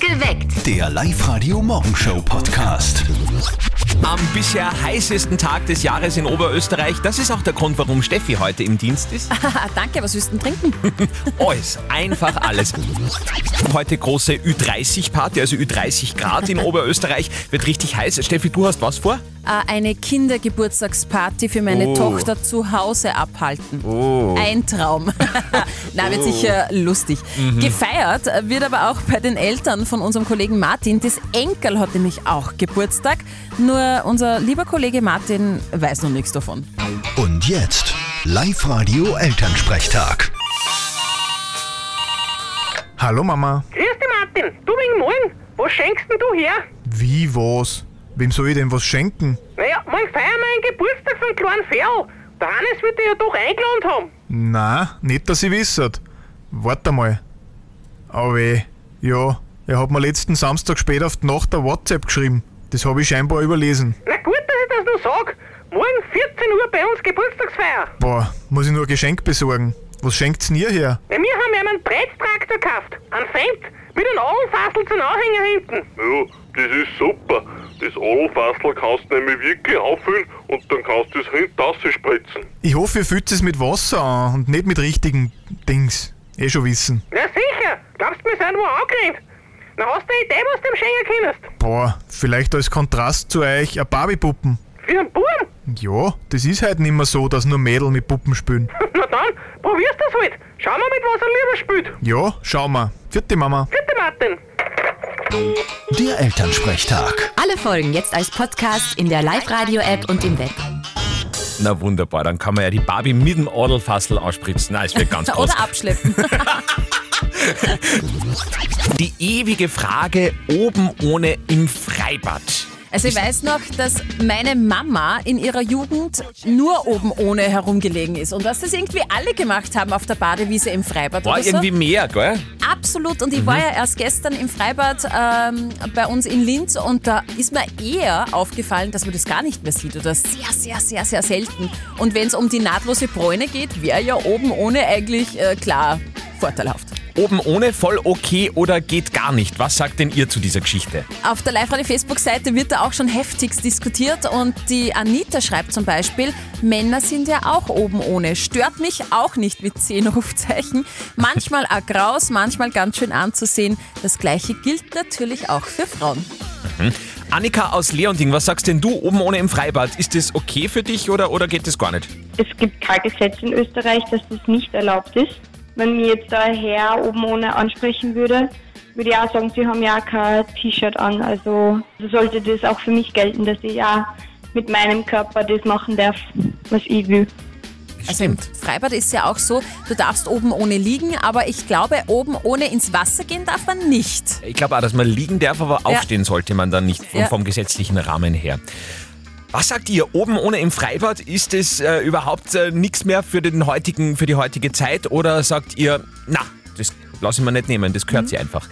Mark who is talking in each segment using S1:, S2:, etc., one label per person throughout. S1: Geweckt.
S2: Der Live-Radio-Morgenshow-Podcast.
S3: Am bisher heißesten Tag des Jahres in Oberösterreich. Das ist auch der Grund, warum Steffi heute im Dienst ist.
S4: Ah, danke, was willst du denn trinken?
S3: Alles, einfach alles. Heute große Ü30-Party, also Ü30 Grad in Oberösterreich. Wird richtig heiß. Steffi, du hast was vor?
S4: Ah, eine Kindergeburtstagsparty für meine
S3: Oh.
S4: Tochter zu Hause abhalten. Ein Traum. Na, wird sicher
S3: Oh.
S4: lustig.
S3: Mhm.
S4: Gefeiert wird aber auch bei den Eltern von unserem Kollegen Martin. Das Enkel hat nämlich auch Geburtstag. Nur unser lieber Kollege Martin weiß noch nichts davon.
S2: Und jetzt Live-Radio-Elternsprechtag.
S5: Hallo Mama.
S6: Grüß dich, Martin. Du wegen morgen. Was schenkst denn du her?
S5: Wie was? Wem soll ich denn was schenken?
S6: Naja, morgen feiern wir einen Geburtstag von kleinen Ferl. Der Hannes wird dich ja doch eingeladen haben.
S5: Na, nicht, dass ich wisset. Warte mal. Aber eh, ja, er hat mir letzten Samstag spät auf die Nacht der WhatsApp geschrieben. Das habe ich scheinbar überlesen.
S6: Na gut, dass ich das nur sag. Morgen 14 Uhr bei uns Geburtstagsfeier.
S5: Boah, muss ich nur ein Geschenk besorgen. Was schenkt's denn ihr her?
S6: Ja, wir haben ihm einen Breitstraktor gekauft. Einen Fendt mit einem Augenfassel zum Anhänger hinten.
S7: Ja, das ist super. Das Adelfassel kannst du nämlich wirklich auffüllen und dann kannst du es hinten spritzen.
S5: Ich hoffe, ihr füllt es mit Wasser an und nicht mit richtigen Dings. Eh schon wissen.
S6: Na sicher. Glaubst du, wir sind wo angerannt? Na, hast du eine Idee, was du ihm schenken könntest?
S5: Boah, vielleicht als Kontrast zu euch ein Barbie-Puppen.
S6: Für einen Buben?
S5: Ja, das ist halt nimmer so, dass nur Mädel mit Puppen spielen.
S6: Na dann, probierst du es halt. Schauen wir, mit was er lieber spielt.
S5: Ja, schau mal. Vierte Mama.
S6: Bitte, Martin.
S2: Der Elternsprechtag.
S8: Alle Folgen jetzt als Podcast in der Live-Radio-App und im Web.
S3: Na wunderbar, dann kann man ja die Barbie mit dem Adelfassel ausspritzen. Na, es wird ganz groß.
S4: Oder abschleppen.
S3: Die ewige Frage, oben ohne im Freibad.
S4: Also ich weiß noch, dass meine Mama in ihrer Jugend nur oben ohne herumgelegen ist und dass das irgendwie alle gemacht haben auf der Badewiese im Freibad
S3: War
S4: oder so.
S3: irgendwie Mhm. mehr, gell?
S4: Absolut. Und ich war ja erst gestern im Freibad ähm, bei uns in Linz und da ist mir eher aufgefallen, dass man das gar nicht mehr sieht oder sehr, sehr, sehr, sehr selten. Und wenn es um die nahtlose Bräune geht, wäre ja oben ohne eigentlich äh, klar vorteilhaft.
S3: Oben ohne voll okay oder geht gar nicht. Was sagt denn ihr zu dieser Geschichte?
S4: Auf der Live-Radio-Facebook-Seite wird da auch schon heftigst diskutiert und die Anita schreibt zum Beispiel, Männer sind ja auch oben ohne. Stört mich auch nicht mit zehn Rufzeichen. Manchmal auch graus, manchmal ganz schön anzusehen. Das gleiche gilt natürlich auch für Frauen.
S3: Annika aus Leonding, was sagst denn du oben ohne im Freibad? Ist das okay für dich oder, oder geht das gar nicht?
S9: es gibt kein Gesetz in Österreich, dass das nicht erlaubt ist. Wenn mir jetzt da ein Herr oben ohne ansprechen würde, würde ich auch sagen, sie haben ja auch kein T-Shirt an. Also so sollte das auch für mich gelten, dass ich auch mit meinem Körper das machen darf, was ich will.
S4: Also im Freibad ist ja auch so, du darfst oben ohne liegen, aber ich glaube, oben ohne ins Wasser gehen darf man nicht.
S3: Ich glaube auch, dass man liegen darf, aber aufstehen sollte man dann nicht vom,
S4: Ja.
S3: vom gesetzlichen Rahmen her. Was sagt ihr? Oben ohne im Freibad ist es äh, überhaupt äh, nichts mehr für, den heutigen, für die heutige Zeit oder sagt ihr, na, das lasse ich mir nicht nehmen, das
S4: Mhm.
S3: gehört sie einfach.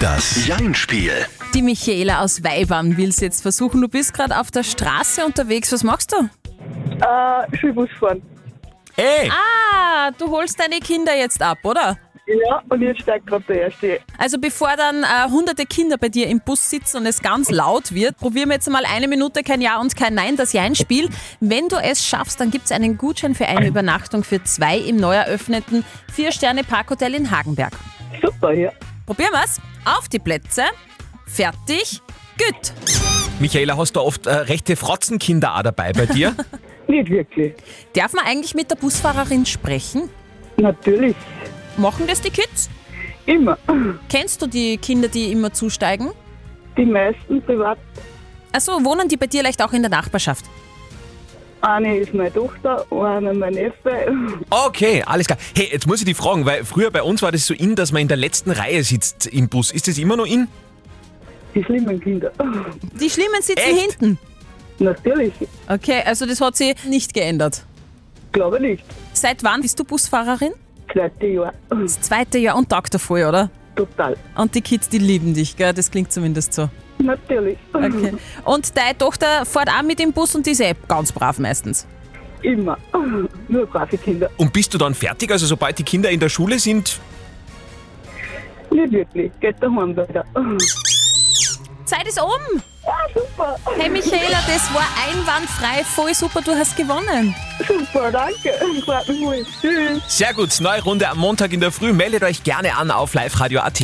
S2: Das Jein-Spiel.
S4: Die Michaela aus Weibern will es jetzt versuchen. Du bist gerade auf der Straße unterwegs. Was machst du?
S10: Äh, Schulbus fahren.
S3: Ey,
S4: Ah, du holst deine Kinder jetzt ab, oder?
S10: Ja, und jetzt steigt gerade der erste.
S4: Also bevor dann äh, hunderte Kinder bei dir im Bus sitzen und es ganz laut wird, probieren wir jetzt mal eine Minute kein Ja und kein Nein, das Jein-Spiel. Wenn du es schaffst, dann gibt es einen Gutschein für eine Übernachtung für zwei im neu eröffneten Vier-Sterne-Parkhotel in Hagenberg.
S10: Super, ja.
S4: Probieren wir's. Auf die Plätze. Fertig. Gut.
S3: Michaela, hast du oft äh, rechte Frotzenkinder auch dabei bei dir?
S10: Nicht wirklich.
S4: Darf man eigentlich mit der Busfahrerin sprechen?
S10: Natürlich.
S4: Machen das die Kids?
S10: Immer.
S4: Kennst du die Kinder, die immer zusteigen?
S10: Die meisten privat.
S4: Also wohnen die bei dir vielleicht auch in der Nachbarschaft?
S10: Eine ist meine Tochter, eine mein Neffe.
S3: Okay, alles klar. Hey, jetzt muss ich dich fragen, weil früher bei uns war das so in, dass man in der letzten Reihe sitzt im Bus. Ist das immer noch in?
S10: Die schlimmen Kinder.
S4: Die Schlimmen sitzen
S3: Echt?
S4: hinten.
S10: Natürlich.
S4: Okay, also das hat sich nicht geändert.
S10: Glaube nicht.
S4: Seit wann bist du Busfahrerin?
S10: Zweite Jahr.
S4: Das zweite Jahr und Tag davor, oder?
S10: Total.
S4: Und die Kids, die lieben dich, gell? Das klingt zumindest so.
S10: Natürlich.
S4: Okay. Und deine Tochter fährt auch mit dem Bus und die ist eh ganz brav meistens.
S10: Immer. Nur brave Kinder.
S3: Und bist du dann fertig? Also sobald die Kinder in der Schule sind,
S10: Nicht wirklich. Geht daheim weiter.
S4: Zeit ist um.
S10: Ah, super.
S4: Hey Michaela, das war einwandfrei. Voll super, du hast gewonnen.
S10: Super, danke. Freut mich wohl. Tschüss.
S3: Sehr gut, neue Runde am Montag in der Früh. Meldet euch gerne an auf liveradio.at.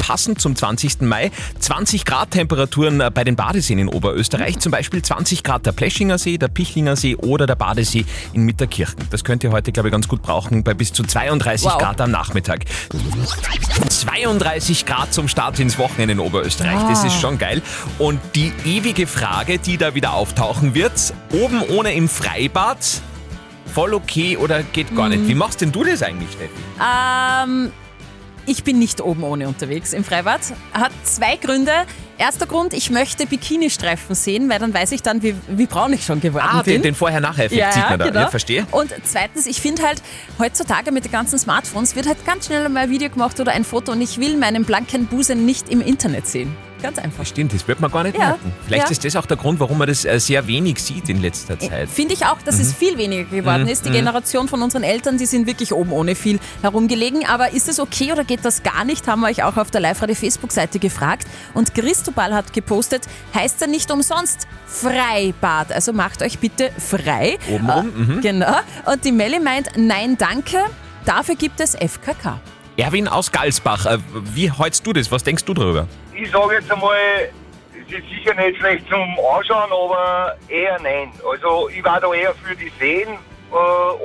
S3: Passend zum 20. Mai 20 Grad Temperaturen äh, bei den Badeseen in Oberösterreich. Zum Beispiel 20 Grad der Pleschinger See, der Pichlinger See oder der Badesee in Mitterkirchen. Das könnt ihr heute, glaube ich, ganz gut brauchen bei bis zu 32
S4: Wow.
S3: Grad am Nachmittag. 32 Grad zum Start ins Wochenende in Oberösterreich. Das ist schon geil. Und die ewige Frage, die da wieder auftauchen wird, oben ohne im Freibad, voll okay oder geht gar nicht. Wie machst denn du das eigentlich, Steffi?
S4: Ähm, ich bin nicht oben ohne unterwegs im Freibad. Hat zwei Gründe. Erster Grund, ich möchte Bikini-Streifen sehen, weil dann weiß ich dann, wie, wie braun ich schon geworden
S3: Ah,
S4: bin.
S3: den, den Vorher-Nachher-Effekt
S4: ja,
S3: sieht man da.
S4: genau.
S3: Ja, verstehe.
S4: Und zweitens, ich finde halt, heutzutage mit den ganzen Smartphones wird halt ganz schnell mal ein Video gemacht oder ein Foto und ich will meinen blanken Busen nicht im Internet sehen. Ganz einfach.
S3: Stimmt, das wird man gar nicht
S4: Ja,
S3: merken. Vielleicht
S4: ja.
S3: ist das auch der Grund, warum man das äh, sehr wenig sieht in letzter Zeit.
S4: Finde ich auch, dass es viel weniger geworden ist. Die Generation von unseren Eltern, die sind wirklich oben ohne viel herumgelegen. Aber ist es okay oder geht das gar nicht? Haben wir euch auch auf der Live-Radio-Facebook-Seite gefragt. Und Christobal hat gepostet, heißt er nicht umsonst Freibad. Also macht euch bitte frei.
S3: Oben rum, mhm.
S4: Genau. Und die Melli meint, nein, danke. Dafür gibt es FKK.
S3: Erwin aus Galsbach, äh, wie hältst du das? Was denkst du darüber?
S1: Ich sage jetzt einmal, es ist sicher nicht schlecht zum Anschauen, aber eher nein. Also ich war da eher für die Seen, äh,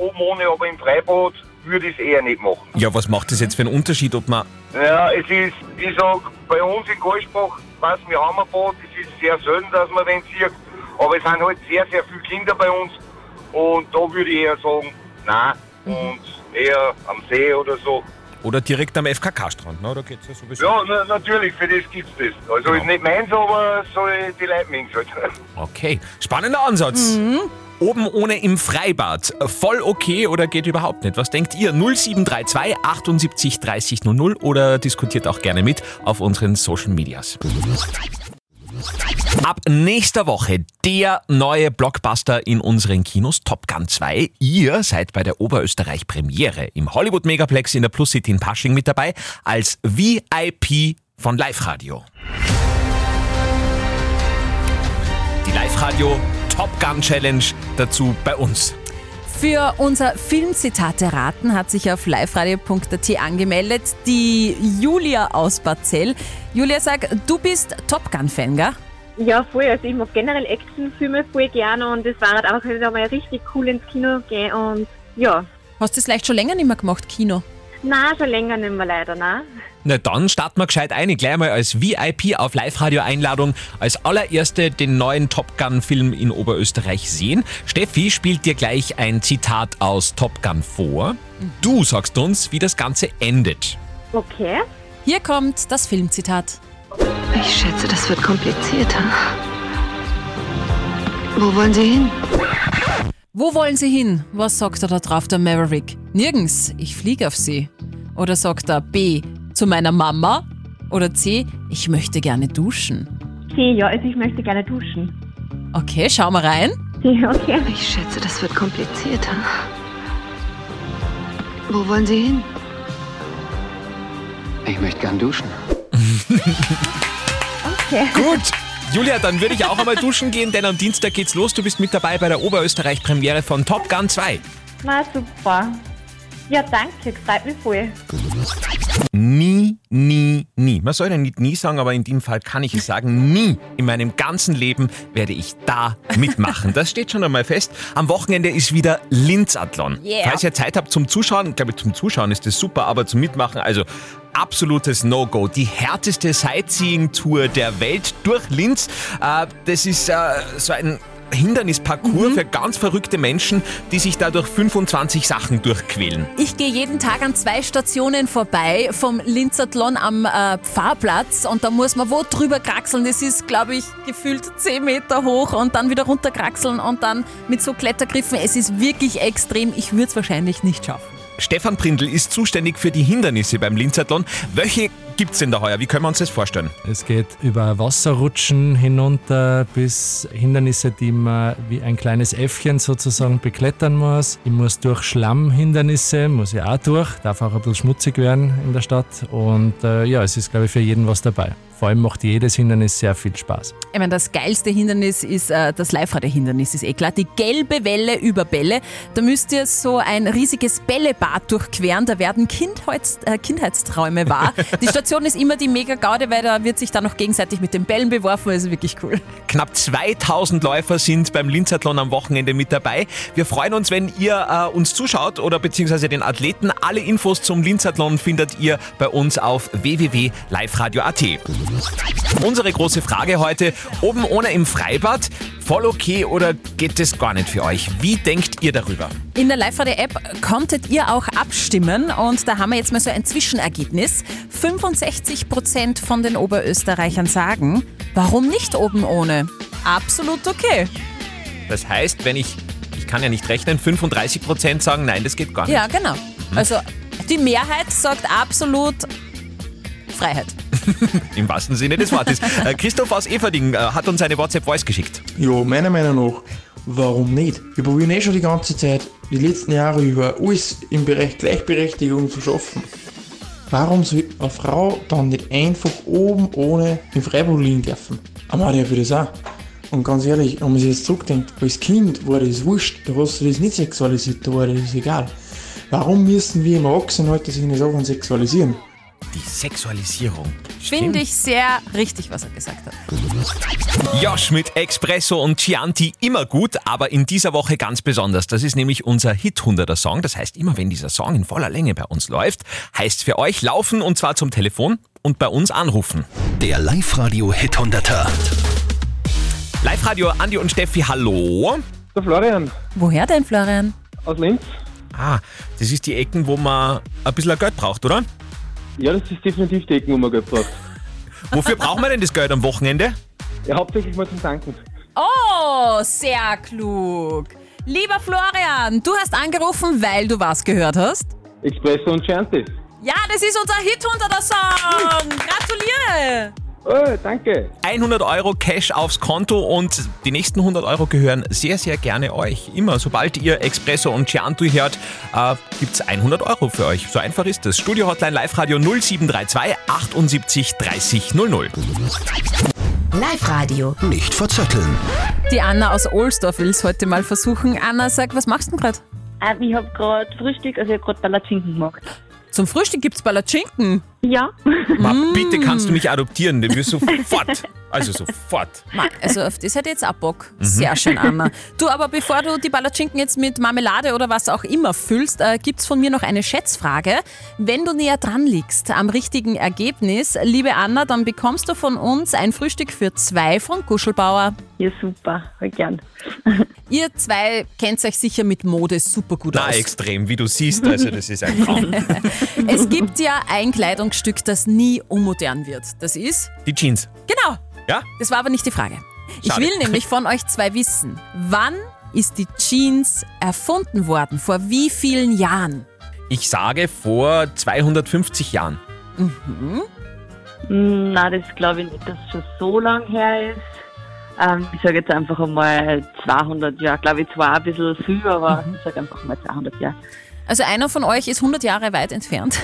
S1: oben ohne, aber im Freibad würde ich es eher nicht machen.
S3: Ja, was macht das jetzt für einen Unterschied, ob man...
S1: Ja, es ist, ich sag, bei uns in Goldsbach, was wir haben ein Bad, es ist sehr selten, dass man wen sieht, aber es sind halt sehr, sehr viele Kinder bei uns und da würde ich eher sagen, nein, und eher am See oder so.
S3: Oder direkt am FKK-Strand, ne? oder geht's ja sowieso?
S1: Ja, na, natürlich, für das gibt's das. Also ist nicht meins, aber soll die Leute mögen halt.
S3: Okay, spannender Ansatz. Oben ohne im Freibad. Voll okay oder geht überhaupt nicht? Was denkt ihr? 0732 78 30 00 oder diskutiert auch gerne mit auf unseren Social Medias. Ab nächster Woche der neue Blockbuster in unseren Kinos Top Gun 2. Ihr seid bei der Oberösterreich Premiere im Hollywood Megaplex in der Plus City in Pasching mit dabei als VIP von Live Radio. Die Live Radio Top Gun Challenge dazu bei uns.
S4: Für unser Filmzitate raten hat sich auf liveradio.at angemeldet die Julia aus Barzell. Julia sagt, du bist Top Gun-Fan, gell?
S9: Ja, voll. Also ich mag generell Actionfilme voll gerne und es war halt einfach wieder mal richtig cool ins Kino gehen und ja.
S4: Hast du das vielleicht schon länger nicht mehr gemacht, Kino?
S9: Na, schon länger nicht mehr leider, na.
S3: Na dann starten wir gescheit ein, gleich mal als VIP auf Live-Radio-Einladung als allererste den neuen Top Gun-Film in Oberösterreich sehen. Steffi spielt dir gleich ein Zitat aus Top Gun vor. Du sagst uns, wie das Ganze endet.
S9: Okay.
S4: Hier kommt das Filmzitat.
S8: Ich schätze, das wird komplizierter. Wo wollen Sie hin?
S4: Wo wollen Sie hin? Was sagt er da drauf, der Maverick? Nirgends, ich fliege auf Sie. Oder sagt er B, zu meiner Mama? Oder C, ich möchte gerne duschen.
S9: Okay, ja, also ich möchte gerne duschen.
S4: Okay, schauen wir rein.
S9: Ja, okay.
S8: Ich schätze, das wird komplizierter. Wo wollen Sie hin?
S11: Ich möchte gern duschen.
S3: Gut. Julia, dann würde ich auch einmal duschen gehen, denn am Dienstag geht's los. Du bist mit dabei bei der Oberösterreich-Premiere von Top Gun 2.
S9: Na, super. Ja, danke. Freut mich voll.
S3: nie, nie, nie. Man soll ja nicht nie sagen, aber in dem Fall kann ich es sagen, nie in meinem ganzen Leben werde ich da mitmachen. Das steht schon einmal fest. Am Wochenende ist wieder Linzathlon.
S4: Yeah.
S3: Falls ihr Zeit habt zum Zuschauen, glaube ich, zum Zuschauen ist das super, aber zum Mitmachen, also absolutes No-Go. Die härteste Sightseeing-Tour der Welt durch Linz. Äh, das ist äh, so ein Hindernisparcours für ganz verrückte Menschen, die sich dadurch 25 Sachen durchquälen.
S4: Ich gehe jeden Tag an zwei Stationen vorbei vom Linzathlon am äh, Fahrplatz und da muss man wo drüber kraxeln. Das ist, glaube ich, gefühlt 10 Meter hoch und dann wieder runterkraxeln und dann mit so Klettergriffen. Es ist wirklich extrem. Ich würde es wahrscheinlich nicht schaffen.
S3: Stefan Prindl ist zuständig für die Hindernisse beim Linzathlon. Welche gibt's denn da heuer? Wie können wir uns das vorstellen?
S11: Es geht über Wasserrutschen hinunter bis Hindernisse, die man wie ein kleines Äffchen sozusagen beklettern muss. Ich muss durch Schlammhindernisse, muss ich auch durch, darf auch ein bisschen schmutzig werden in der Stadt. Und äh, ja, es ist, glaube ich, für jeden was dabei. Vor allem macht jedes Hindernis sehr viel Spaß.
S4: Ich meine, das geilste Hindernis ist äh, das Leifrader-Hindernis, ist eh klar. Die gelbe Welle über Bälle. Da müsst ihr so ein riesiges Bällebad durchqueren. Da werden Kindheits äh, Kindheitsträume wahr. die Station ist immer die Mega-Gaude, weil da wird sich dann noch gegenseitig mit den Bällen beworfen. Also wirklich cool.
S3: Knapp 2000 Läufer sind beim Linzathlon am Wochenende mit dabei. Wir freuen uns, wenn ihr äh, uns zuschaut oder beziehungsweise den Athleten. Alle Infos zum Linzathlon findet ihr bei uns auf www.liveradio.at. Unsere große Frage heute, oben ohne im Freibad, voll okay oder geht es gar nicht für euch? Wie denkt ihr darüber?
S4: In der Live-Radio-App konntet ihr auch abstimmen und da haben wir jetzt mal so ein Zwischenergebnis. 65 Prozent von den Oberösterreichern sagen, warum nicht oben ohne? Absolut okay.
S3: Das heißt, wenn ich, ich kann ja nicht rechnen, 35 Prozent sagen, nein, das geht gar nicht.
S4: Ja, genau. Also die Mehrheit sagt absolut Freiheit.
S3: Im wahrsten Sinne des Wortes. Äh, Christoph aus Everding äh, hat uns eine WhatsApp-Voice geschickt.
S12: Ja, meiner Meinung nach, warum nicht? Wir probieren eh schon die ganze Zeit, die letzten Jahre über, alles im Bereich Gleichberechtigung zu schaffen. Warum soll eine Frau dann nicht einfach oben ohne im Freibad liegen dürfen? Einmal ja für das auch. Und ganz ehrlich, wenn man sich jetzt zurückdenkt, als Kind war das wurscht, da hast du das nicht sexualisiert, da war das egal. Warum müssen wir im Erwachsenenalter sich nicht Sachen sexualisieren?
S3: Die Sexualisierung.
S4: Finde ich sehr richtig, was er gesagt hat.
S3: Josh mit Espresso und Chianti immer gut, aber in dieser Woche ganz besonders. Das ist nämlich unser Hit 100er Song. Das heißt, immer wenn dieser Song in voller Länge bei uns läuft, heißt für euch laufen und zwar zum Telefon und bei uns anrufen.
S2: Der Live-Radio Hit 100er.
S3: Live-Radio, Andi und Steffi, hallo.
S13: Der Florian.
S4: Woher denn, Florian?
S13: Aus Linz.
S3: Ah, das ist die Ecken, wo man ein bisschen Geld braucht, oder?
S13: Ja, das ist definitiv die Ecken, wo man Geld braucht.
S3: Wofür braucht man denn das Geld am Wochenende?
S13: Ja, hauptsächlich mal zum Tanken.
S4: Oh, sehr klug. Lieber Florian, du hast angerufen, weil du was gehört hast.
S13: Espresso und Chianti.
S4: Ja, das ist unser Hit unter der Song. Gratuliere.
S13: Oh, danke.
S3: 100 Euro Cash aufs Konto und die nächsten 100 Euro gehören sehr, sehr gerne euch. Immer, sobald ihr Expresso und Chianti hört, äh, gibt es 100 Euro für euch. So einfach ist es. Studio Hotline Live Radio 0732 78 30 00.
S8: Live Radio.
S2: Nicht verzetteln.
S4: Die Anna aus Ohlsdorf will es heute mal versuchen. Anna, sag, was machst du denn gerade?
S14: Ähm, ich habe gerade Frühstück, also ich habe gerade Palatzinken gemacht.
S4: Zum Frühstück gibt's Palatschinken.
S14: Ja.
S3: Ma, bitte kannst du mich adoptieren, denn wir sofort. Also sofort.
S4: Ma, also auf das hätte ich jetzt auch Bock. Mhm. Sehr schön, Anna. Du, aber bevor du die Palatschinken jetzt mit Marmelade oder was auch immer füllst, äh, gibt's von mir noch eine Schätzfrage. Wenn du näher dran liegst am richtigen Ergebnis, liebe Anna, dann bekommst du von uns ein Frühstück für zwei von Guschelbauer.
S14: Ja, super. Gern.
S4: Ihr zwei kennt euch sicher mit Mode super gut
S3: Na,
S4: aus.
S3: extrem, wie du siehst. Also, das ist ein Traum.
S4: es gibt ja ein Kleidungsstück, das nie unmodern wird. Das ist.
S3: Die Jeans.
S4: Genau.
S3: Ja?
S4: Das war aber nicht die Frage. Ich
S3: Schade.
S4: will nämlich von euch zwei wissen, wann ist die Jeans erfunden worden? Vor wie vielen Jahren?
S3: Ich sage vor 250 Jahren.
S14: Mhm. Hm, Na, das glaube ich nicht, dass es schon so lang her ist. Ähm, ich sage jetzt einfach einmal 200 Jahre. Glaube ich zwar ein bisschen viel, aber
S9: Mhm.
S14: ich sage einfach mal 200 Jahre.
S4: Also einer von euch ist 100 Jahre weit entfernt.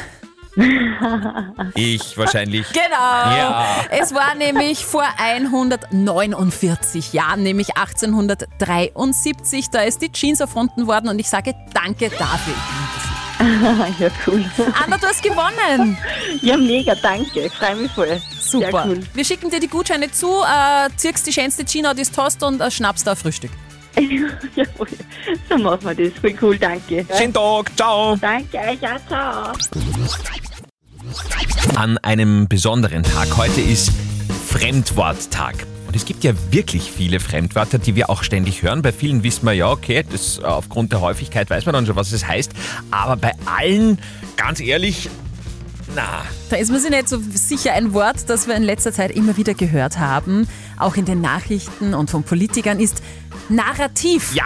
S3: Ich wahrscheinlich.
S4: Genau.
S3: Ja.
S4: Es war nämlich vor 149 Jahren, nämlich 1873. Da ist die Jeans erfunden worden und ich sage danke dafür.
S14: ja, cool.
S4: Anna, du hast gewonnen.
S14: Ja, mega, danke. Freue mich voll.
S4: Super.
S14: Sehr cool.
S4: Wir schicken dir die Gutscheine zu, äh, zirkst die schönste Gina, das Toast und äh, schnappst da ein Frühstück.
S14: Jawohl. So machen wir das. Voll cool, danke.
S3: Schönen Tag, ciao.
S14: Danke euch auch. Ciao.
S3: an einem besonderen Tag. Heute ist Fremdworttag. Und es gibt ja wirklich viele Fremdwörter, die wir auch ständig hören. Bei vielen wissen wir ja, okay, das äh, aufgrund der Häufigkeit weiß man dann schon, was es heißt. Aber bei allen, ganz ehrlich, na,
S4: Da ist man sich nicht so sicher ein Wort, das wir in letzter Zeit immer wieder gehört haben, auch in den Nachrichten und von Politikern, ist Narrativ.
S3: ja.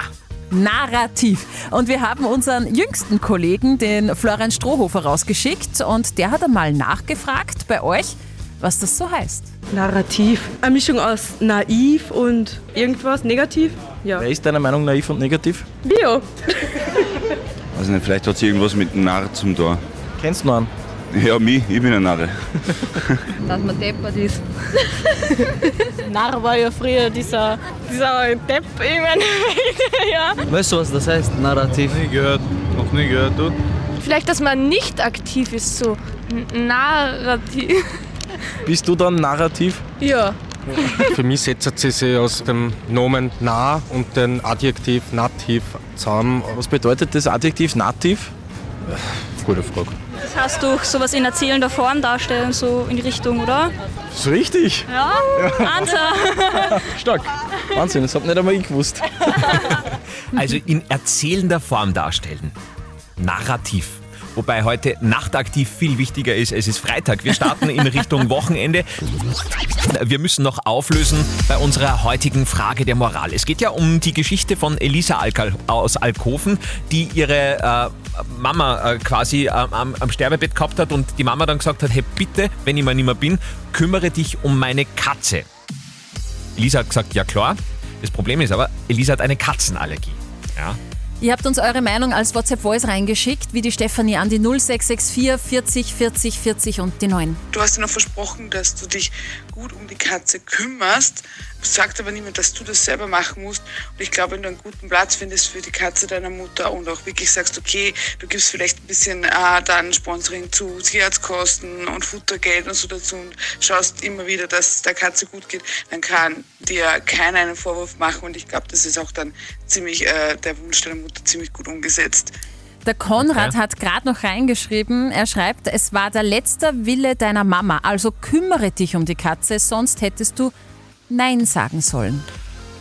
S4: Narrativ. Und wir haben unseren jüngsten Kollegen, den Florian Strohhofer, rausgeschickt und der hat einmal nachgefragt bei euch, was das so heißt.
S15: Narrativ. Eine Mischung aus naiv und irgendwas negativ. Ja.
S16: Wer ist deiner Meinung naiv und negativ?
S15: Bio.
S17: Also nicht, vielleicht hat sie irgendwas mit Narr zum Tor.
S16: Kennst du noch einen?
S17: Ja, mich, ich bin ein Narre.
S18: Dass man deppert ist.
S19: Narr war ja früher dieser, dieser Depp im Endeffekt. ja.
S16: Weißt du, was das heißt, Narrativ?
S20: Nie gehört, noch nie gehört, du?
S19: Vielleicht, dass man nicht aktiv ist, so narrativ.
S16: Bist du dann narrativ?
S19: Ja.
S21: Für mich setzt sie sich aus dem Nomen nah und dem Adjektiv nativ zusammen.
S16: Was bedeutet das Adjektiv nativ?
S21: Gute Frage.
S22: Das heißt durch sowas in erzählender Form darstellen, so in die Richtung, oder?
S16: Das ist richtig.
S22: Ja, Answer.
S16: Stark. Wahnsinn, das hab nicht einmal ich gewusst.
S3: Also in erzählender Form darstellen. Narrativ. Wobei heute nachtaktiv viel wichtiger ist. Es ist Freitag. Wir starten in Richtung Wochenende. Wir müssen noch auflösen bei unserer heutigen Frage der Moral. Es geht ja um die Geschichte von Elisa Alkal aus Alkoven, die ihre äh, Mama äh, quasi äh, am, am Sterbebett gehabt hat und die Mama dann gesagt hat, hey bitte, wenn ich mal nicht mehr bin, kümmere dich um meine Katze. Elisa hat gesagt, ja klar. Das Problem ist aber, Elisa hat eine Katzenallergie. Ja.
S4: Ihr habt uns eure Meinung als WhatsApp-Voice reingeschickt, wie die Stefanie an die 0664 40 40 40 und die 9.
S23: Du hast ja noch versprochen, dass du dich gut um die Katze kümmerst, sagt aber niemand, dass du das selber machen musst. Und ich glaube, wenn du einen guten Platz findest für die Katze deiner Mutter und auch wirklich sagst, okay, du gibst vielleicht ein bisschen äh, dann Sponsoring zu Tierarztkosten und Futtergeld und so dazu und schaust immer wieder, dass es der Katze gut geht, dann kann dir keiner einen Vorwurf machen. Und ich glaube, das ist auch dann ziemlich äh, der Wunsch deiner Mutter ziemlich gut umgesetzt.
S4: Der Konrad hat gerade noch reingeschrieben, er schreibt, es war der letzte Wille deiner Mama, also kümmere dich um die Katze, sonst hättest du Nein sagen sollen.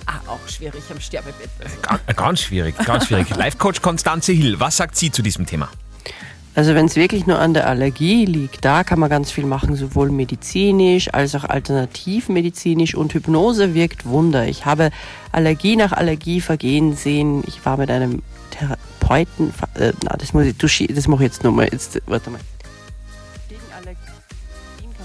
S18: Ah, auch schwierig am Sterbebett.
S3: Ga- Ganz schwierig, ganz schwierig. Life-Coach Konstanze Hill, was sagt sie zu diesem Thema?
S24: Also wenn es wirklich nur an der Allergie liegt, da kann man ganz viel machen, sowohl medizinisch als auch alternativmedizinisch und Hypnose wirkt Wunder. Ich habe Allergie nach Allergie vergehen sehen. Ich war mit einem Therapeuten, ver- äh, na, das muss ich, du schie- das mache ich jetzt nochmal, jetzt, äh, warte mal.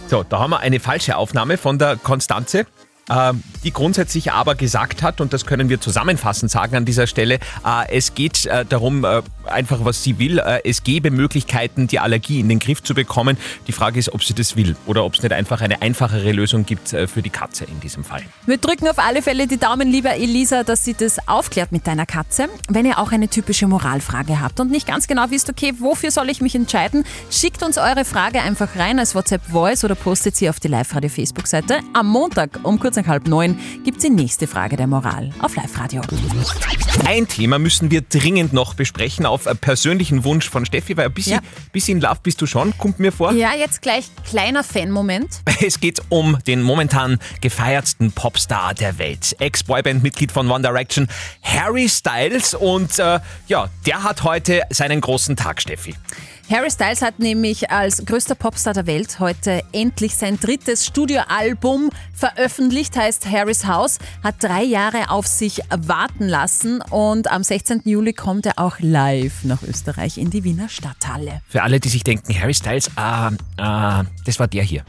S3: So, da haben wir eine falsche Aufnahme von der Konstanze, ähm, die grundsätzlich aber gesagt hat, und das können wir zusammenfassend sagen an dieser Stelle, äh, es geht äh, darum, äh, einfach was sie will, äh, es gäbe Möglichkeiten, die Allergie in den Griff zu bekommen. Die Frage ist, ob sie das will oder ob es nicht einfach eine einfachere Lösung gibt äh, für die Katze in diesem Fall.
S4: Wir drücken auf alle Fälle die Daumen, lieber Elisa, dass sie das aufklärt mit deiner Katze. Wenn ihr auch eine typische Moralfrage habt und nicht ganz genau wisst, okay, wofür soll ich mich entscheiden, schickt uns eure Frage einfach rein als WhatsApp-Voice oder postet sie auf die Live-Radio-Facebook-Seite. Am Montag um kurz nach halb neun gibt es die nächste Frage der Moral auf Live-Radio.
S3: Ein Thema müssen wir dringend noch besprechen, auf äh, persönlichen Wunsch von Steffi, weil ein bisschen, bisschen in Love bist du schon, kommt mir vor.
S4: Ja, jetzt gleich kleiner Fan-Moment.
S3: Es geht um den momentan gefeiertsten Popstar der Welt. Ex-Boyband-Mitglied von One Direction, Harry Styles. Und äh, ja, der hat heute seinen großen Tag, Steffi.
S4: Harry Styles hat nämlich als größter Popstar der Welt heute endlich sein drittes Studioalbum veröffentlicht, heißt Harry's House, hat drei Jahre auf sich warten lassen und am 16. Juli kommt er auch live nach Österreich in die Wiener Stadthalle.
S3: Für alle, die sich denken, Harry Styles, ah, ah, das war der hier.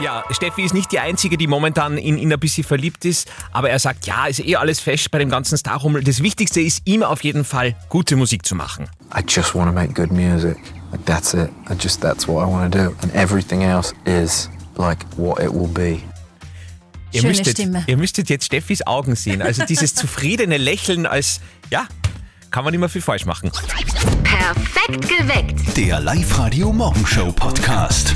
S3: Ja, Steffi ist nicht die Einzige, die momentan in ihn ein bisschen verliebt ist, aber er sagt, ja, ist eh alles fesch bei dem ganzen Starrummel. Das Wichtigste ist ihm auf jeden Fall, gute Musik zu machen.
S25: I just want to make good music. Like that's it. I just that's what I want to do, and everything else is like what it will be.
S3: Ihr
S25: Schöne
S3: müsstet,
S25: Stimme.
S3: Ihr müsstet jetzt Steffis Augen sehen. Also dieses zufriedene Lächeln als, ja, kann man immer viel falsch machen.
S26: Perfekt geweckt.
S2: Der Live-Radio Morgenshow Podcast.